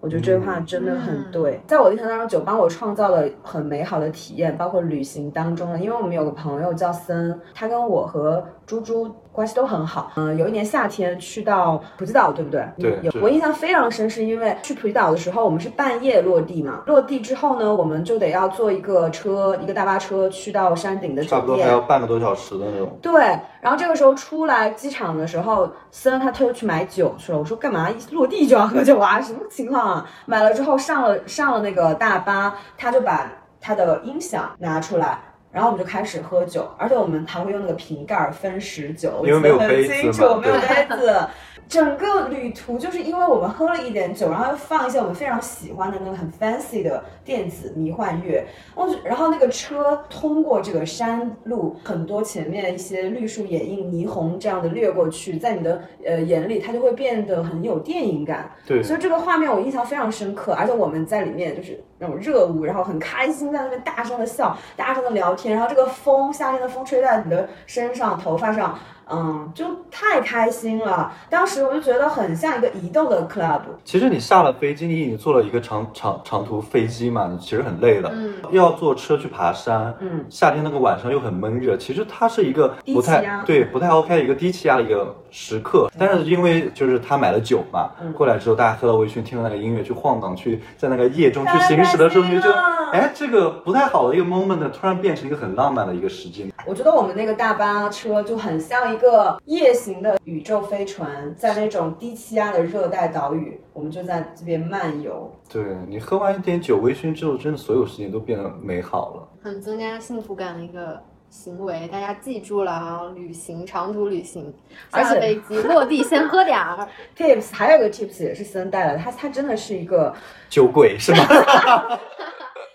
B: 我觉得这句话真的很对，在我的印象当中，酒帮我创造了很美好的体验，包括旅行当中的。因为我们有个朋友叫森，他跟我和猪猪关系都很好。嗯、有一年夏天去到普吉岛，对不对？
D: 对
B: 有
D: 是
B: 我印象非常深，是因为去普吉岛的时候，我们是半夜落地嘛，落地之后呢，我们就得要坐一个车，一个大巴车去到山顶的酒
D: 差
B: 店，
D: 不多还要半个多小时的那种。
B: 对，然后这个时候出来机场的时候，森他特意去买酒去了。我说干嘛一落地就要喝酒啊？什么情况啊？买了之后上了上了那个大巴，他就把他的音响拿出来。然后我们就开始喝酒，而且我们还会用那个瓶盖分食酒，我
D: 因为没
B: 记得
D: 有
B: 很
D: 杯子
B: 清
D: 嘛
B: 楚，没有
D: 对
B: 杯子。整个旅途就是因为我们喝了一点酒，然后又放一些我们非常喜欢的那个很 fancy 的电子迷幻乐，哦，然后那个车通过这个山路，很多前面一些绿树掩映、霓虹这样的掠过去，在你的呃眼里，它就会变得很有电影感。
D: 对，
B: 所以这个画面我印象非常深刻，而且我们在里面就是那种热舞，然后很开心，在那边大声的笑，大声的聊天，然后这个风，夏天的风吹在你的身上、头发上，嗯，就太开心了。当时我就觉得很像一个移动的 club，
D: 其实你下了飞机，你已经坐了一个长长长途飞机嘛，你其实很累了，
C: 嗯
D: 又要坐车去爬山，
B: 嗯，
D: 夏天那个晚上又很闷热，其实它是一个不太
B: 低气压嗯
D: 对不太 OK 的一个低气压的一个时刻。但是因为就是他买了酒嘛，过来之后大家喝了微醺，听了那个音乐去晃荡，去在那个夜中去行驶的时候，
B: 太
D: 你
B: 开心
D: 就觉得
B: 了
D: 哎，这个不太好的一个 moment 呢，突然变成一个很浪漫的一个时间。
B: 我觉得我们那个大巴车就很像一个夜行的宇宙飞船，在那种低气压的热带岛屿，我们就在这边漫游。
D: 对你喝完一点酒微醺之后，真的所有事情都变得美好了。
C: 很增加幸福感的一个行为，大家记住了啊！旅行，长途旅行，
B: 而
C: 下
B: 且
C: 飞机落地先喝点儿，
B: Tips 还有一个 Tips 也是森带来的，他他真的是一个，
D: 酒鬼是吗？
B: [laughs]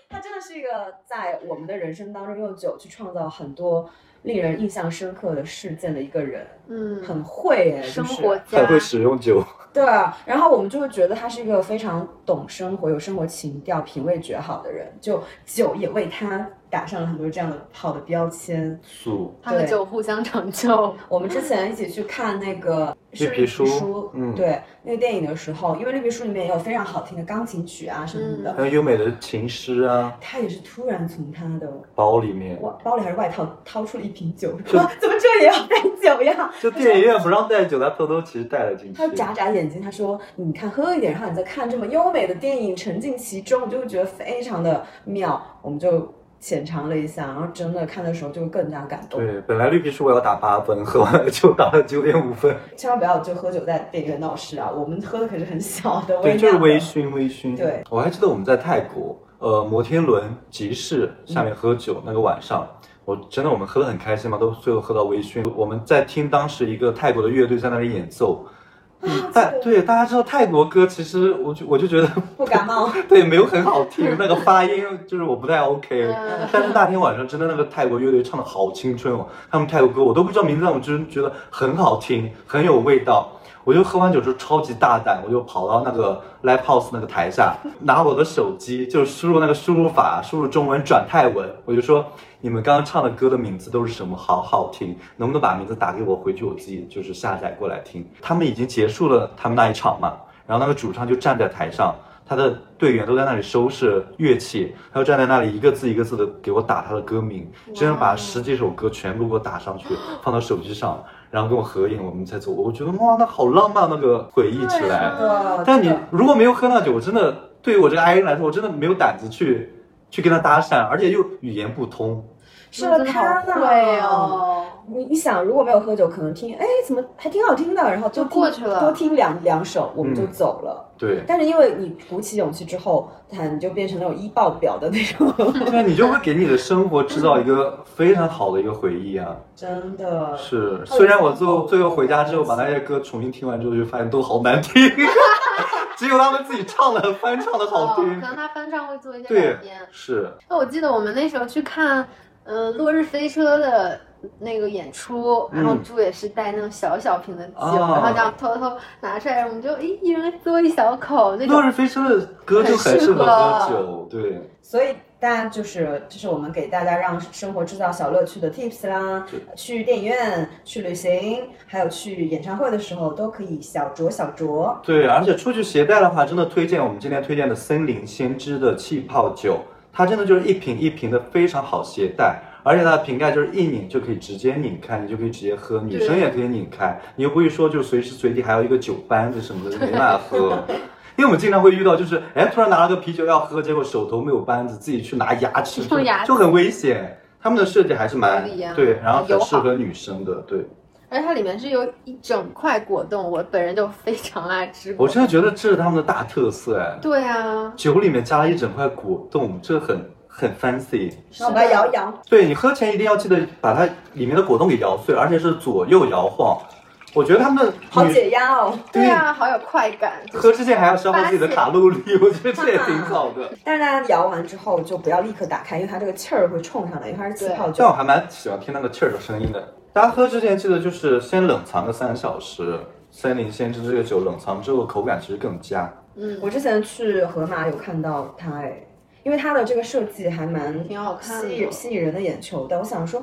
B: 他真的是一个在我们的人生当中用酒去创造很多令人印象深刻的事件的一个人，
C: 嗯，
B: 很会哎，就
C: 生
B: 是
C: 活家
D: 很，会使用酒。
B: 对，啊然后我们就会觉得他是一个非常懂生活、有生活情调、品味绝好的人，就酒也为他打上了很多这样的好的标签。
D: 素
C: 他们
B: 对
C: 就互相成就。
B: 我们之前一起去看那个是
D: 绿皮
B: 书，
D: 书嗯
B: 对那个电影的时候，因为绿皮书里面也有非常好听的钢琴曲啊什么的，
D: 还有优美的琴诗啊，
B: 他也是突然从他的
D: 包里面。
B: 外包里还是外套掏出了一瓶酒，说怎么这也要带酒呀？
D: 就电影院不让带酒，他偷偷其实带了进去
B: 他。眨眨眼睛，他说：“你看，喝一点，然后你再看这么优美的电影，沉浸其中，你就会觉得非常的妙。”我们就浅尝了一下，然后真的看的时候就更加感动。
D: 对，本来绿皮书我要打八分，喝完了就打了九点五分。
B: 千万不要就喝酒在电影院闹事啊！我们喝的可是很小的，
D: 对，
B: 量
D: 就是
B: 的
D: 微醺，微醺。
B: 对，
D: 我还记得我们在泰国，呃，摩天轮集市下面喝
B: 嗯
D: 酒、那个晚上，我真的我们喝得很开心嘛，都最后喝到微醺。我们在听当时一个泰国的乐队在那里演奏。
B: 啊
D: 嗯，大对大家知道泰国歌，其实我就我就觉得 [laughs]
B: 不感冒。
D: 对没有很好
B: [laughs]
D: 听，那个发音就是我不太 OK
C: 嗯。
D: [laughs] 但是那天晚上真的那个泰国乐队唱的好青春哦，他们泰国歌我都不知道名字，但我真觉得很好听，很有味道。我就喝完酒之后超级大胆，我就跑到那个 live house 那个台下，拿我的手机就输入那个输入法，输入中文转泰文，我就说你们刚刚唱的歌的名字都是什么？好好听，能不能把名字打给我？回去我自己就是下载过来听。他们已经结束了他们那一场嘛，然后那个主唱就站在台上，他的队员都在那里收拾乐器，他就站在那里一个字一个字的给我打他的歌名，真的把十几首歌全部给我打上去，放到手机上，然后跟我合影，我们才走。我觉得哇，那好浪漫，那个回忆起来。
B: 呃
D: 但你如果没有喝那酒，我真的对于我这个 I 人来说，我真的没有胆子去去跟他搭讪，而且又语言不通。
B: 是了他
C: 真的好
B: 呢
C: 会哦。
B: 你你想，如果没有喝酒，可能听哎怎么还挺好听的，然后
C: 就
B: 听
C: 过去了
B: 多听两两首，我们就
D: 嗯
B: 走了。 [laughs]
D: 对，
B: 但是因为你鼓起勇气之后，他你就变成那种一爆表的那种， [laughs]
D: 对，你就会给你的生活制造一个非常好的一个回忆啊。
B: 真的
D: 是，虽然我最后最后回家之后把那些歌重新听完之后，就发现都好难听， [laughs] 只有他们自己唱的翻唱的好
C: 哦
D: 听
C: 可。能他翻唱会做一些
D: 对
C: 改编。
D: 是，
C: 那我记得我们那时候去看，呃，《落日飞车》的那个演出，然后
D: 嗯
C: 猪也是带那种小小瓶的酒，
D: 哦
C: 然后这样偷偷拿出来，我们就诶一人嘬一小口那
D: 落
C: 种。
D: 日飞车的歌就很适合喝酒，对，
B: 所以大家就是，这是我们给大家让生活制造小乐趣的 tips 啦。去电影院、去旅行，还有去演唱会的时候，都可以小酌小酌。
D: 对，而且出去携带的话，真的推荐我们今天推荐的森林先知的气泡酒，它真的就是一瓶一瓶的，非常好携带。而且它的瓶盖就是一拧就可以直接拧开，你就可以直接喝，女生也可以拧开，你又不会说就随时随地还有一个酒班子什么的没办法喝。 [laughs] 因为我们经常会遇到，就是哎，突然拿了个啤酒要喝，结果手头没有扳子，自己去拿牙齿，就
C: 用牙齿
D: 就很危险。他们的设计还是蛮
C: 不一样
D: 对，然后
C: 友
D: 很
C: 好
D: 适合女生的。对，
C: 而且它里面是有一整块果冻，我本人就非常爱吃果
D: 我
C: 冻。
D: 真的觉得这是他们的大特色哎。
C: 对啊，
D: 酒里面加了一整块果冻，这很很 fancy。
B: 然后把它摇一摇，
D: 对你喝前一定要记得把它里面的果冻给摇碎，而且是左右摇晃。我觉得他们
B: 好
D: 女
B: 解压哦。
C: 对啊，好有快感。就是
D: 喝之前还要消耗自己的卡路里，我觉得这也挺好的。
B: 但是大家摇完之后就不要立刻打开，因为它这个气儿会冲上来，因为它是气泡
D: 但
B: 酒。
D: 我还蛮喜欢听那个气儿的声音的。大家喝之前记得就是先冷藏个三小时，森林先知这个酒冷藏之后口感其实更佳。
C: 嗯，
B: 我之前去河马有看到它，哎，因为它的这个设计还蛮
C: 挺好看的
B: 吸引吸引人的眼球的。我想说，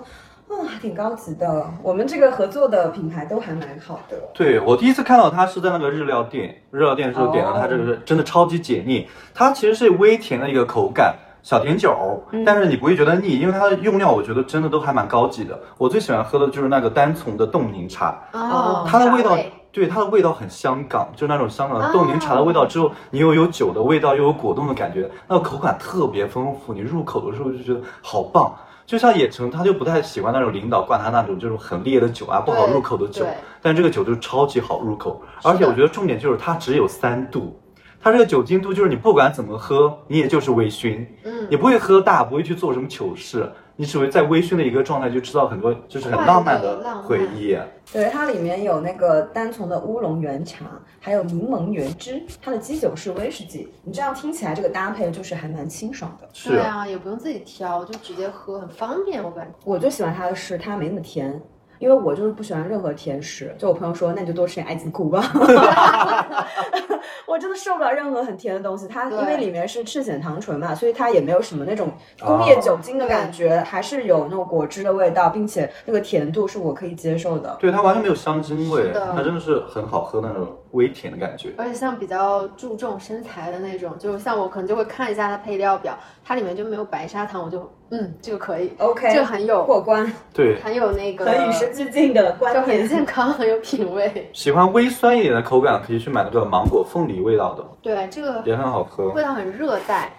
B: 啊，还挺高级的。我们这个合作的品牌都还蛮好的。
D: 对我第一次看到它是在那个日料店，日料店的时候点了它这个，真的超级解腻。它其实是微甜的一个口感，小甜酒儿，但是你不会觉得腻，因为它的用料我觉得真的都还蛮高级的。我最喜欢喝的就是那个单丛的冻柠茶，
C: 哦，
D: 它的味
C: 辣
D: 道，对它的味道很香港，就那种香港的
C: 哦
D: 冻柠茶的味道之后，你又有酒的味道，又有果冻的感觉，那个口感特别丰富。你入口的时候就觉得好棒。就像野城，他就不太喜欢那种领导灌他那种就是很烈的酒啊，不好入口的酒
C: 对对。
D: 但这个酒就超级好入口，而且我觉得重点就是它只有三度，它这个酒精度就是你不管怎么喝，你也就是微醺，
C: 嗯
D: 你不会喝大，不会去做什么糗事，你只会在微醺的一个状态就制造很多就是很浪
C: 快
D: 漫
C: 乐浪
D: 的
C: 漫
D: 回忆。
B: 对，它里面有那个单丛的乌龙原茶，还有柠檬原汁，它的基酒是威士忌。你这样听起来，这个搭配就是还蛮清爽的。
D: 是
C: 对啊，也不用自己挑，就直接喝，很方便，我感觉。
B: 我最喜欢它的是它没那么甜，因为我就是不喜欢任何甜食。就我朋友说，那你就多吃点爱情苦吧。 [laughs] 我真的受不了任何很甜的东西。它
C: 对
B: 因为里面是赤藓糖醇嘛，所以它也没有什么那种工
C: 哦
B: 业酒精的感觉，还是有那种果汁的味道，并且那个甜度是我可以接受的。
D: 对，它完全没有香精味，
C: 是的
D: 它真的是很好喝那种微甜的感觉。
C: 而且像比较注重身材的那种，就是像我可能就会看一下它配料表，它里面就没有白砂糖，我就嗯，这个可以
B: OK，
C: 这个很有
B: 过关，
D: 对，
C: 很有那个，
B: 很与时俱进的
C: 就
B: 观
C: 很
B: 点。
C: 健康，很有品味。
D: 喜欢微酸一点的口感，可以去买那个芒果凤梨味道的，
C: 对，这个
D: 也很好喝。
C: 味道很热带，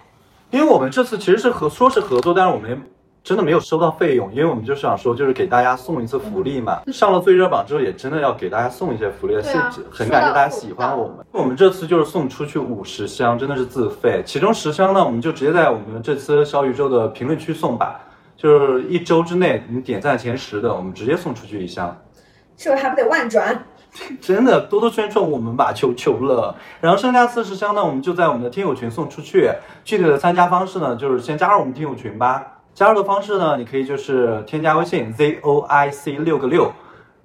D: 因为我们这次其实是合说是合作，但是我们也真的没有收到费用，因为我们就是想说，就是给大家送一次福利嘛。上了最热榜之后，也真的要给大家送一些福利，
C: 嗯对啊
D: 是很感谢大家喜欢我们。我们这次就是送出去五十箱，真的是自费，其中十箱呢，我们就直接在我们这次小宇宙的评论区送吧。就是一周之内，你点赞前十的，我们直接送出去一箱。
B: 这还不得万转？
D: 真的多多宣传我们吧，求求了。然后剩下四十箱呢，我们就在我们的听友群送出去。具体的参加方式呢，就是先加入我们听友群吧。加入的方式呢，你可以就是添加微信 z o i c 六个六，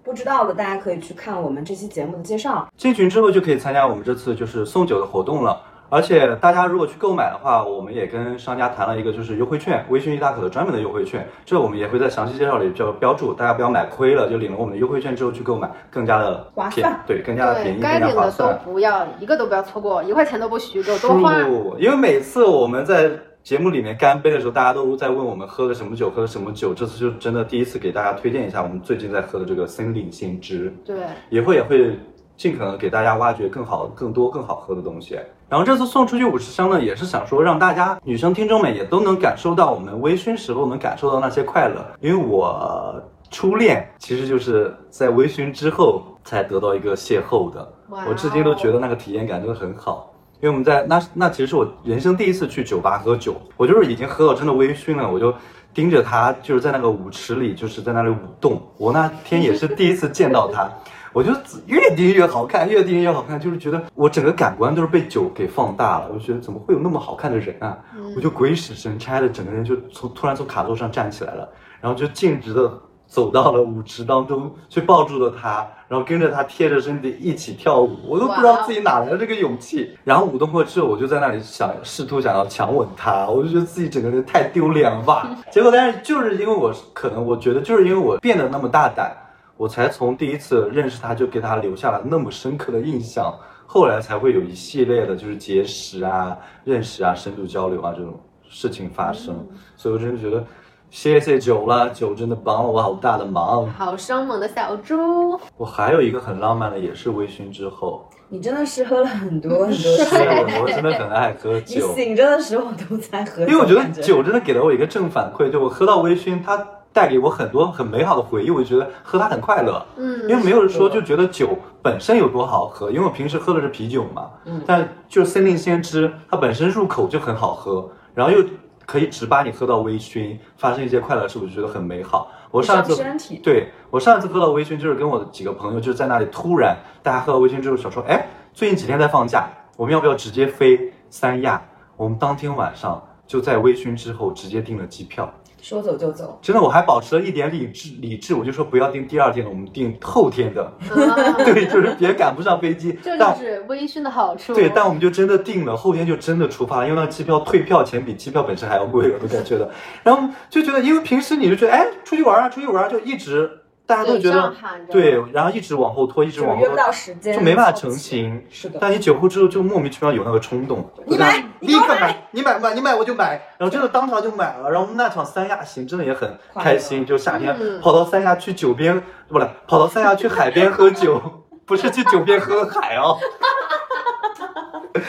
B: 不知道的大家可以去看我们这期节目的介绍。
D: 进群之后就可以参加我们这次就是送酒的活动了。而且大家如果去购买的话，我们也跟商家谈了一个就是优惠券，微醺一大可的专门的优惠券，这我们也会在详细介绍里就标注，大家不要买亏了，就领了我们的优惠券之后去购买，更加的
B: 划
D: 便
B: 算
D: 对，更加的
C: 对
D: 便宜，
C: 该
D: 更加
C: 领
D: 划
C: 的都
D: 算。
C: 不要，一个都不要错过，一块钱都不许，给我多花。
D: 不，因为每次我们在节目里面干杯的时候，大家都在问我们喝了什么酒，喝了什么酒。这次就真的第一次给大家推荐一下我们最近在喝的这个森林先知，
C: 对，
D: 也会也会尽可能给大家挖掘更好、更多、更好喝的东西。然后这次送出去五十箱呢，也是想说让大家女生听众们也都能感受到我们微醺时候能感受到那些快乐，因为我初恋其实就是在微醺之后才得到一个邂逅的。
C: 哇哦
D: 我至今都觉得那个体验感真的很好。因为我们在那那其实是我人生第一次去酒吧喝酒，我就是已经喝到真的微醺了，我就盯着他，就是在那个舞池里，就是在那里舞动。我那天也是第一次见到他， [laughs] 我就越盯越好看，越盯越好看，就是觉得我整个感官都是被酒给放大了。我就觉得怎么会有那么好看的人啊？我就鬼使神差的，整个人就从突然从卡座上站起来了，然后就径直的走到了舞池当中，去抱住了他，然后跟着他贴着身体一起跳舞。我都不知
C: 哇
D: 道
C: 哦
D: 自己哪来的这个勇气。然后舞动过之后，我就在那里想试图想要强吻他，我就觉得自己整个人太丢脸了吧。结果，但是就是因为我可能我觉得就是因为我变得那么大胆，我才从第一次认识他就给他留下了那么深刻的印象。后来才会有一系列的，就是结识啊、认识啊、深度交流啊这种事情发生。所以我真的觉得，谢谢酒了，酒真的帮了我好大的忙。
C: 好生猛的小猪，
D: 我还有一个很浪漫的，也是微醺之后，
B: 你真的是喝了很多很
C: [laughs]
B: 多
D: 是啊
B: 酒，
D: 我我真的很爱喝
B: [laughs] 你
D: 酒，
B: 醒着的时候都在喝，
D: 因为我觉
B: 这
D: 得
B: 种感
D: 酒真的给了我一个正反馈，就我喝到微醺，它带给我很多很美好的回忆，我觉得喝它很快乐。
C: 嗯，
D: 因为没有人说就觉得酒本身有多好喝，因为我平时喝的是啤酒嘛，
B: 嗯
D: 但就是森林先知，它本身入口就很好喝，然后又可以直把你喝到微醺，发生一些快乐事，我就觉得很美好。我上次
B: 伤身体
D: 对我上次喝到微醺，就是跟我的几个朋友就是在那里突然，大家喝到微醺之后想说，哎，最近几天在放假，我们要不要直接飞三亚？我们当天晚上就在微醺之后直接订了机票。
B: 说走就走，
D: 真的，我还保持了一点理智，理智，我就说不要订第二天的，我们订后天的。 [laughs]
C: 啊
D: 对，就是别赶不上飞机。
C: 这就
D: 但
C: 是微醺的好处。
D: 对，但我们就真的定了，后天就真的出发了，因为那机票退票钱比机票本身还要贵，我都感觉的。然后就觉得，因为平时你就觉得，哎，出去玩啊，出去玩啊，就一直大家都觉
C: 嘴上
D: 得
C: 喊着
D: 对，然后一直往后拖，一直
B: 就
D: 往
B: 是
D: 后
B: 约不
D: 拖，
B: 到时间，
D: 就没办法成。型。
B: 是的，
D: 但你酒后之后就莫名其妙有那个冲动，
B: 你买
D: 我就立刻买，你买不买？你买我就买，然后真的当场就买了。然后那场三亚行真的也很开心，就夏天
C: 嗯
D: 跑到三亚去酒边，不是跑到三亚去海边喝酒， [laughs] 不是去酒边喝海哦，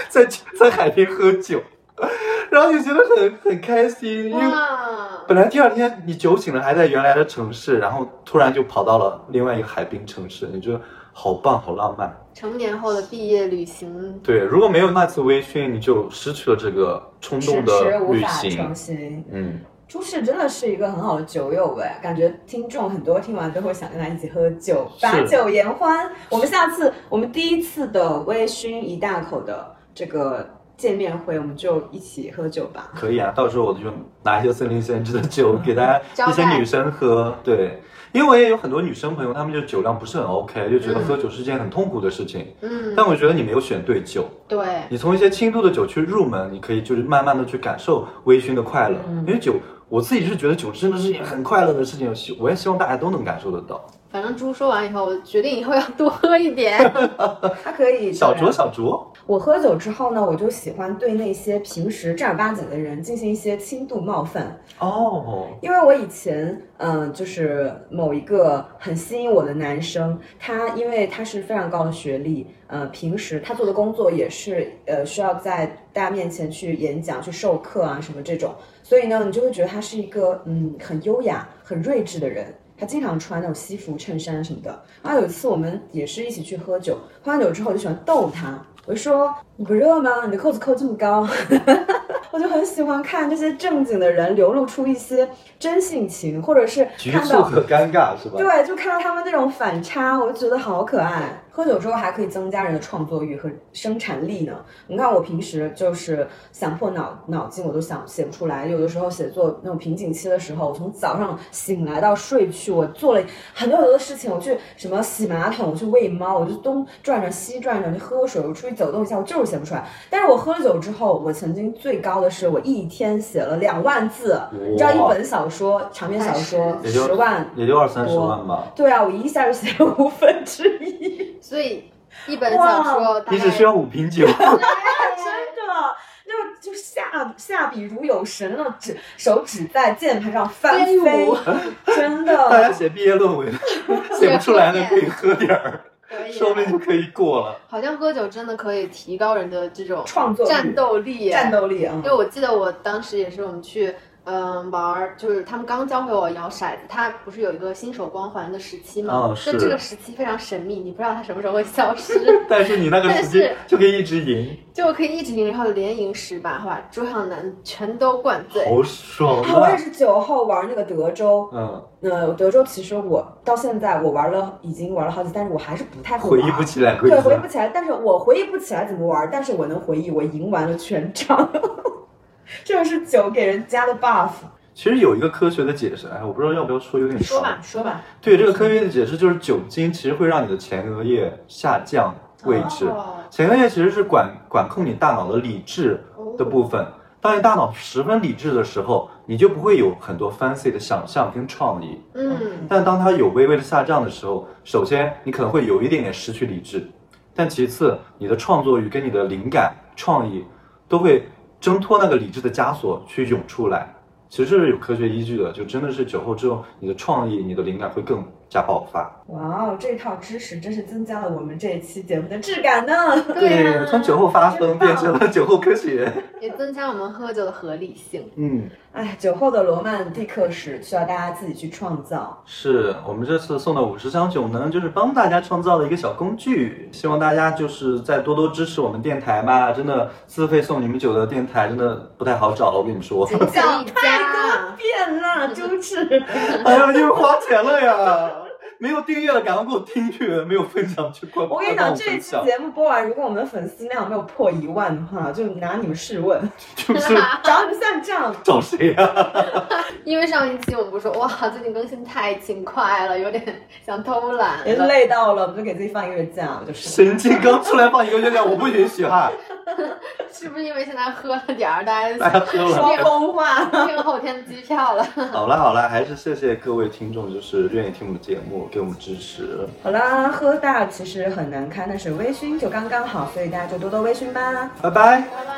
D: 在在海边喝酒，然后就觉得很很开心，因为
B: 嗯
C: 哇，
D: 本来第二天你酒醒了还在原来的城市，然后突然就跑到了另外一个海滨城市，你觉得好棒，好浪漫。
C: 成年后的毕业旅行，
D: 对，如果没有那次微醺，你就失去了这个冲
B: 迟
D: 动
B: 迟
D: 的
B: 无
D: 旅
B: 法成
D: 行。
B: 型。
D: 嗯，
B: 朱氏真的是一个很好的酒友哎，感觉听众很多听完都会想跟他一起喝酒，
D: 是
B: 把酒言欢。我们下次我们第一次的微醺一大口的这个见面会，我们就一起喝酒吧。
D: 可以啊，到时候我就拿一些森林先知的酒给
B: [laughs]
D: 大家
C: 招
D: 一些
C: 待
D: 女生喝。对，因为我也有很多女生朋友，她们就酒量不是很 OK，就觉得
C: 嗯
D: 喝酒是件很痛苦的事情。
C: 嗯，
D: 但我觉得你没有选对酒，
C: 对，
D: 你从一些轻度的酒去入门，你可以就是慢慢的去感受微醺的快乐。
B: 嗯
D: 因为酒，我自己是觉得酒真的是一件很快乐的事情，我希我也希望大家都能感受得到。
C: 反正猪说完以后，我决定以后要多喝一点。
B: 他可以
D: 小
B: 酌
D: 酌小酌，
B: 我喝酒之后呢，我就喜欢对那些平时正儿八经的人进行一些轻度冒犯，
D: 哦，
B: 因为我以前，嗯、就是某一个很吸引我的男生，他因为他是非常高的学历，呃，平时他做的工作也是，呃，需要在大家面前去演讲、去授课啊什么这种，所以呢，你就会觉得他是一个，嗯，很优雅、很睿智的人。他经常穿那种西服、衬衫什么的。然后有一次我们也是一起去喝酒，喝完酒之后我就喜欢逗他，我就说你不热吗？你的扣子扣这么高。 [laughs] 我就很喜欢看这些正经的人流露出一些真性情，或者是
D: 局
B: 看
D: 促
B: 到
D: 和尴尬是吧？
B: 对，就看到他们那种反差，我就觉得好可爱。喝酒之后还可以增加人的创作欲和生产力呢。你看我平时就是想破脑脑筋，我都想写不出来。有的时候写作那种瓶颈期的时候，我从早上醒来到睡去，我做了很多很多的事情。我去什么洗马桶，我去喂猫，我就东转转西转转，去喝水，我出去走动一下，我就是写不出来。但是我喝了酒之后，我曾经最高的是我一天写了两万字，你知道
D: 哇
B: 一本小说长篇小说
D: 也就
B: 十万。
D: 也就二三十万吧。
B: 对啊，我一下就写了五分之一，
C: 所以一本小说大概，
D: 你只
C: [laughs]
D: 需要五瓶酒，
C: 对
B: 真的。就就下下笔如有神那种指手指在键盘上翻
C: 飞
B: 飞
C: 舞，
B: 真
D: [laughs] 大家
B: 的。
D: 写毕业论文写不出来的可以喝点儿，
C: 可以
D: 说不定就可以过了。
C: 好像喝酒真的可以提高人的这种
B: 创作欲
C: 战斗力，
B: 战。斗力啊
C: 因！为我记得我当时也是我们去。嗯，玩儿就是他们刚教会我摇骰子，它不是有一个新手光环的时期吗？
D: 哦
C: 就是这个时期非常神秘，你不知道它什么时候会消失，
D: 但是你那个时
C: 但
D: 间
C: 是
D: 就可以一直赢，
C: 就可以一直赢，然后连赢十把，好吧，桌上的男全都灌醉。
D: 好爽
B: 啊我
D: 啊
B: 也！是酒后玩那个德州，
D: 嗯，
B: 呃，德州其实我到现在我玩了已经玩了好几，但是我还是不太会
D: 回
B: 玩。
D: 忆不起来，
B: 对，
D: 不起
B: 回忆
D: 来
B: 不。起来，但是我回忆不起来怎么玩，但是我能回忆我赢完了全场， [laughs] 这个是酒给人加的 buff。
D: 其实有一个科学的解释，哎，我不知道要不要说，有点
C: 说吧
D: 长，
C: 说吧，
D: 对，这个科学的解释就是酒精其实会让你的前额叶下降位置，
C: 哦
D: 前额叶其实是管管控你大脑的理智的部分。当你大脑十分理智的时候，你就不会有很多 fancy 的想象跟创意。
C: 嗯，
D: 但当它有微微的下降的时候，首先你可能会有一点点失去理智，但其次你的创作欲跟你的灵感、创意都会挣脱那个理智的枷锁去涌出来。其实是有科学依据的，就真的是酒后之后，你的创意、你的灵感会更加爆发。
B: 哇哦，这套知识真是增加了我们这一期节目的质感呢！ [laughs]
C: 对啊呀、
D: 从酒后发疯变成了酒后科学。
C: 也增加我们喝酒的合理性。
D: 嗯，
B: 哎，酒后的罗曼蒂克史需要大家自己去创造。
D: 是我们这次送的五十箱酒呢，就是帮大家创造的一个小工具，希望大家就是再多多支持我们电台嘛。真的，自费送你们酒的电台真的不太好找了，我跟你们说。
C: 讲一
B: 太
C: 家
B: 多遍了，周芷。
D: [laughs] 哎呀，你们花钱了呀！没有订阅的赶快给我订阅，没有分享去快
B: 我跟你
D: 快
B: 讲，
D: 帮我
B: 这一
D: 分
B: 期
D: 享，
B: 节目播完，如果我们的粉丝量没有破一万的话，就拿你们试问，
D: 就是
B: 找你们算账。
D: 找谁啊呀、
C: 因为上一期我们不是说哇，最近更新太勤快了，有点想偷懒
B: 也是
C: 了。
B: 累到了，我们就给自己放一个月假，
D: [laughs]
B: 就是。
D: 神经刚出来放一个月亮，我不允许哈！
C: 是不是因为现在喝了点儿，大
D: 大
C: 家
D: 家喝了。
B: 说疯话。
C: 订后天的机票了？
D: 好了好了，还是谢谢各位听众，就是愿意听我们节目，给我们支持。
B: 好啦，喝大其实很难堪，但是微醺就刚刚好，所以大家就多多微醺吧。
D: 拜拜。
C: 拜拜。